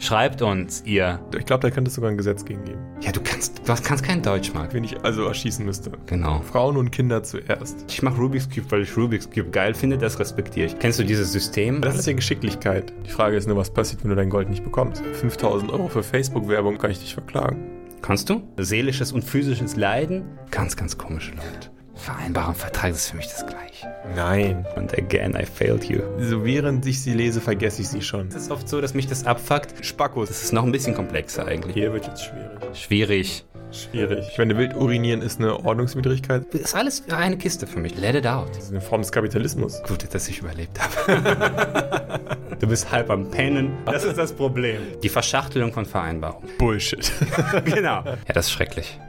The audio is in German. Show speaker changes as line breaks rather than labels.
Schreibt uns, ihr.
Ich glaube, da könnte es sogar ein Gesetz gegen geben.
Ja, du kannst, du hast- kannst kein Deutsch, Marc.
Wen ich also erschießen müsste.
Genau.
Frauen und Kinder zuerst.
Ich mache Rubik's Cube, weil ich Rubik's Cube geil finde, das respektiere ich. Kennst du dieses System?
Das ist ja Geschicklichkeit. Die Frage ist nur, was passiert, wenn du dein Gold nicht bekommst. 5000 Euro für Facebook-Werbung kann ich dich verklagen.
Kannst du? Seelisches und physisches Leiden? Ganz, ganz komische Leute. Vereinbarung, Vertrag ist für mich das Gleiche.
Nein.
Und again, I failed you.
So während ich sie lese, vergesse ich sie schon.
Es ist oft so, dass mich das abfuckt.
Spackos.
Das ist noch ein bisschen komplexer eigentlich.
Hier wird jetzt schwierig.
Schwierig.
Schwierig. Ich meine, wild urinieren ist eine Ordnungswidrigkeit.
Ist alles eine Kiste für mich. Let it out.
Das ist eine Form des Kapitalismus.
Gut, dass ich überlebt habe. du bist halb am Pennen. Das ist das Problem. Die Verschachtelung von Vereinbarungen.
Bullshit.
genau. Ja, das ist schrecklich.